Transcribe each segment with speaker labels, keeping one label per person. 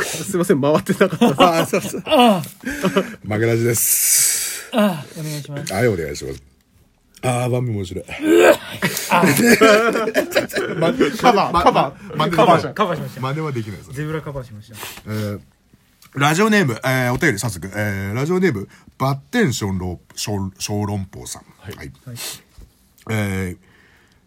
Speaker 1: すいません、回ってなかったです。
Speaker 2: ああ、そうそう。
Speaker 3: あ
Speaker 2: 負けなしです。
Speaker 3: あ、ああ、お願いします。
Speaker 2: はい、お願いします。ああ、バンビ面白い。
Speaker 4: まカバー、カバー、まカ
Speaker 3: カ
Speaker 4: バ
Speaker 3: バ
Speaker 4: ーじゃ
Speaker 3: ー、
Speaker 4: ん。
Speaker 3: カバーしました。
Speaker 2: 真似はできないです。
Speaker 3: ゼブラカバーしました。
Speaker 2: えーラジオネーム、えーお便り早速、えーラジオネーム、バッテンションロー、小小籠包さん。はい。えー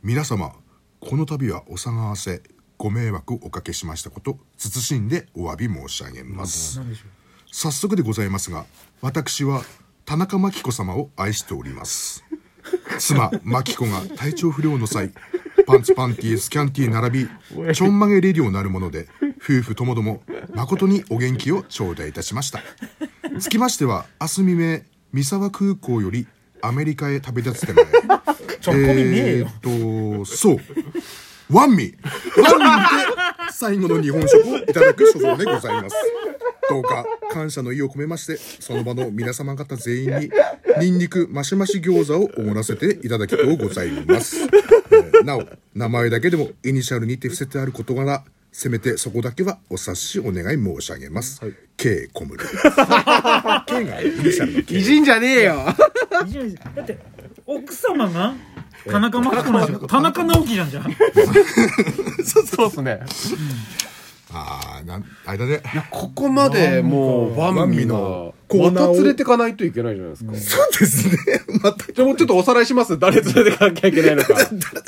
Speaker 2: 皆様、この度はお騒がせ、ご迷惑をおかけしましたこと、謹んでお詫び申し上げます。
Speaker 3: なんでしょ
Speaker 2: 早速でございますが、私は田中真紀子様を愛しております。妻、真紀子が体調不良の際、パンツパンティー、スキャンティー並び、ちょんまげレディオなるもので、夫婦ともども、誠にお元気を頂戴いたしました。つきましては、明日未明、三沢空港よりアメリカへ旅立つ手前、
Speaker 3: う。ちょっこみねえ
Speaker 2: え
Speaker 3: よ。
Speaker 2: ーっと、そう。ワンミワンミで最後の日本食をいただく所存でございます。どうか感謝の意を込めまして、その場の皆様方全員に、ニンニクマシマシ餃子をおごらせていただきとうございます。えーなお、名前だけでもイニシャルにて伏せてある事柄、せめてそこだけはお察しお願い申し上げます。K 小室。K がイニシャルの K。
Speaker 1: いじんじゃねえよ。
Speaker 3: 伊集院さんだって、奥様が、田中真紀子なんじゃん。田中直樹なんじゃん。
Speaker 4: そうっすね。
Speaker 2: ああ、なん、あれだね。
Speaker 4: ここまでもう、バンビのコーナーを。また連れてかないといけないじゃないですか。
Speaker 2: そうですね。また
Speaker 4: じゃあもうちょっとおさらいします。誰連れてかなきゃいけないの か。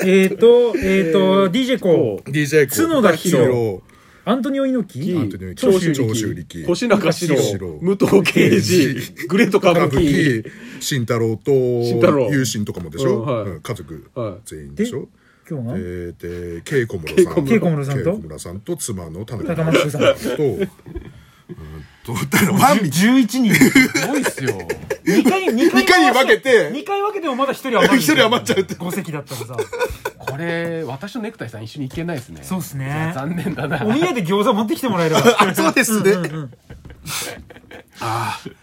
Speaker 3: えっと、えっと、DJ
Speaker 4: こ
Speaker 3: コ
Speaker 2: DJ
Speaker 3: 角田博
Speaker 2: 博
Speaker 3: アントニオ猪
Speaker 4: う
Speaker 3: 木
Speaker 2: 当に
Speaker 4: 長州力
Speaker 2: 長州力
Speaker 4: 腰中四郎
Speaker 2: 四郎
Speaker 4: 武藤敬司グレート歌
Speaker 2: 歌
Speaker 4: 舞
Speaker 2: 舞
Speaker 4: 伎
Speaker 2: 伎慎太郎と
Speaker 4: 慎太郎
Speaker 2: 友心とかもでしょ、
Speaker 4: うんはい
Speaker 2: うん家族
Speaker 4: はい
Speaker 2: 全員でしょ
Speaker 3: 今日
Speaker 2: え
Speaker 3: が
Speaker 2: ーで稽古村さん
Speaker 3: 稽古村さんと
Speaker 2: 稽古村さんと妻の田中
Speaker 3: 高松さん。
Speaker 2: さんとうんとだからワンミ
Speaker 3: 11人。
Speaker 4: すごいっすよ
Speaker 3: 2回、二
Speaker 2: 二回に分けて
Speaker 3: 2回分けてもまだ1人余る。
Speaker 2: 一人余っちゃうって
Speaker 3: 5席だったらさ。
Speaker 4: これ私のネクタイさん一緒に行けないですね
Speaker 3: そうっすね
Speaker 4: 残念だな
Speaker 3: お土産で餃子持ってきてもらえれば。
Speaker 2: そうですね、
Speaker 3: うんうん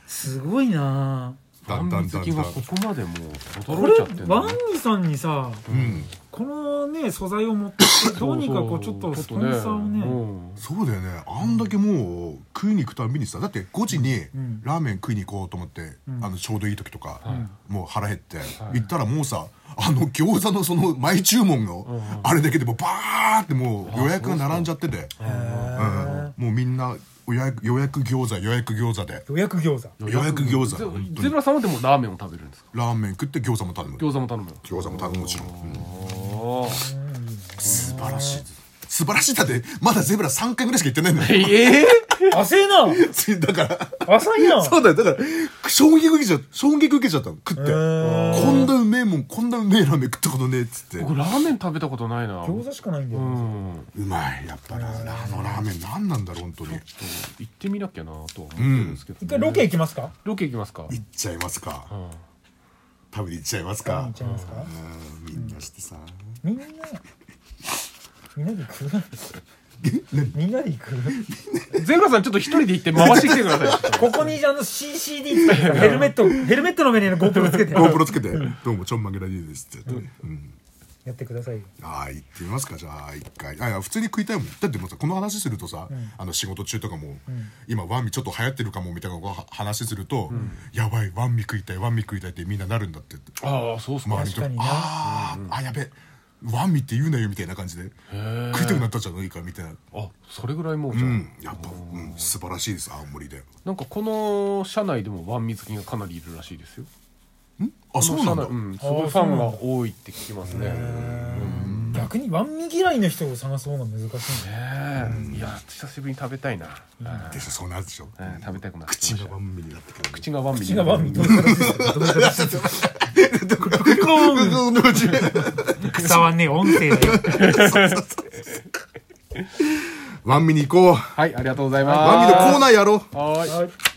Speaker 3: すごいなぁ
Speaker 2: だ
Speaker 4: バ
Speaker 2: ん
Speaker 4: ン
Speaker 2: だん
Speaker 4: ビ
Speaker 2: だ
Speaker 4: 好
Speaker 2: ん
Speaker 4: き
Speaker 2: だ
Speaker 4: は
Speaker 2: ん
Speaker 4: ここまでもう
Speaker 3: こ
Speaker 4: 驚い
Speaker 3: れ
Speaker 4: ちゃってんだ
Speaker 3: ワン
Speaker 4: ね
Speaker 3: ニさんにさ
Speaker 2: うん
Speaker 3: このね素材を持ってきてどうにかこうちょっとスポンサーをね
Speaker 4: うん
Speaker 2: そうだよねあんだけもう食いに行くたんびにさだって5時に
Speaker 3: ん
Speaker 2: ラーメン食いに行こうと思って、あのちょうどいい時とか、もう腹減って、行ったらもうさあの餃子のその前注文のあれだけでもうバーってもう予約が並んじゃってて、うんもうみんな予約予約餃子予約餃子で
Speaker 3: 予約餃子
Speaker 2: 予約餃子
Speaker 4: ゼ
Speaker 2: 本当
Speaker 4: ゼ
Speaker 2: に
Speaker 4: ブラさんはでもラーメンを食べるんですか
Speaker 2: ラーメン食って餃子も頼む
Speaker 4: 餃子も頼むよ
Speaker 2: 餃子も頼むもちろん、うん
Speaker 4: おー
Speaker 2: 素晴らしい素晴らしいだってまだゼブラ3回ぐらいしか行ってないんだよ
Speaker 4: ええ
Speaker 3: 浅いな
Speaker 2: だから
Speaker 3: 浅いな
Speaker 2: そうだよ。だから、衝撃受けちゃ、衝撃受けちゃったの。食って。
Speaker 3: ー
Speaker 2: こんなうめえもん、こんなうめえラーメン食ったことねえっつって。う
Speaker 4: 僕ラーメン食べたことないな
Speaker 3: 餃子しかないんだ
Speaker 4: う
Speaker 3: よ
Speaker 4: ん
Speaker 2: まい。やっぱな、あのラーメン何なんだろう、本当に。いっ
Speaker 4: 行ってみなきゃなとは思ってるんですけどね
Speaker 3: 一回ロケ行きますか
Speaker 4: ロケ行きますか
Speaker 2: ちゃいますか。
Speaker 4: うん
Speaker 2: 食べに行っちゃいます
Speaker 3: 行
Speaker 2: か
Speaker 3: っ。ちゃいますか
Speaker 2: うんみんなしてさ。
Speaker 3: みんなみんなで 行くみんなで行く
Speaker 4: ゼブラさんちょっと一人で行って回してきてください
Speaker 3: ここにあの CCD つけて ヘルメットヘルメットの上にあの GoPro つけて
Speaker 2: GoPro つけて、どうも、ちょんまげラジオですって言ってね。うん。
Speaker 3: やってくださいよ
Speaker 2: ああ、行ってみますか、じゃあ、一回。あいや、普通に食いたいもん。だってもうさ、この話するとさ、あの、仕事中とかも、今、ワンミちょっと流行ってるかも、みたいなは話すると、やばい、ワンミ食いたい、ワンミ食いたいってみんななるんだって。
Speaker 4: ああそうっすね
Speaker 2: 周りと
Speaker 3: 確かにな
Speaker 2: あーあやべワンミって言うなよみたいな感じで食いたくなったじゃないかみたいな
Speaker 4: あそれぐらいもう
Speaker 2: う
Speaker 4: じゃあ、
Speaker 2: んやっぱ、うん、素晴らしいです青森で
Speaker 4: なんかこの社内でもワンミ好きがかなりいるらしいですよ
Speaker 2: あそうなんだ、
Speaker 4: この社内うん、すごいファンが多いって聞きますね
Speaker 3: 逆にワンミ嫌いの人を探そうの難しいんだよ
Speaker 4: ねえいや久しぶりに食べたいな、うん
Speaker 2: でしょそうなるでしょ、
Speaker 4: うん食べたくなって
Speaker 2: 口
Speaker 4: きまし
Speaker 2: が
Speaker 4: た
Speaker 2: ワンミになってく る
Speaker 4: 口がワンミ
Speaker 3: 口がワンミどういう形です かどういう形ですか 伝わんねえ音 声だよ
Speaker 2: ワンミに行こう
Speaker 4: はいありがとうございます
Speaker 2: ワンミのコーナーやろう
Speaker 4: はーい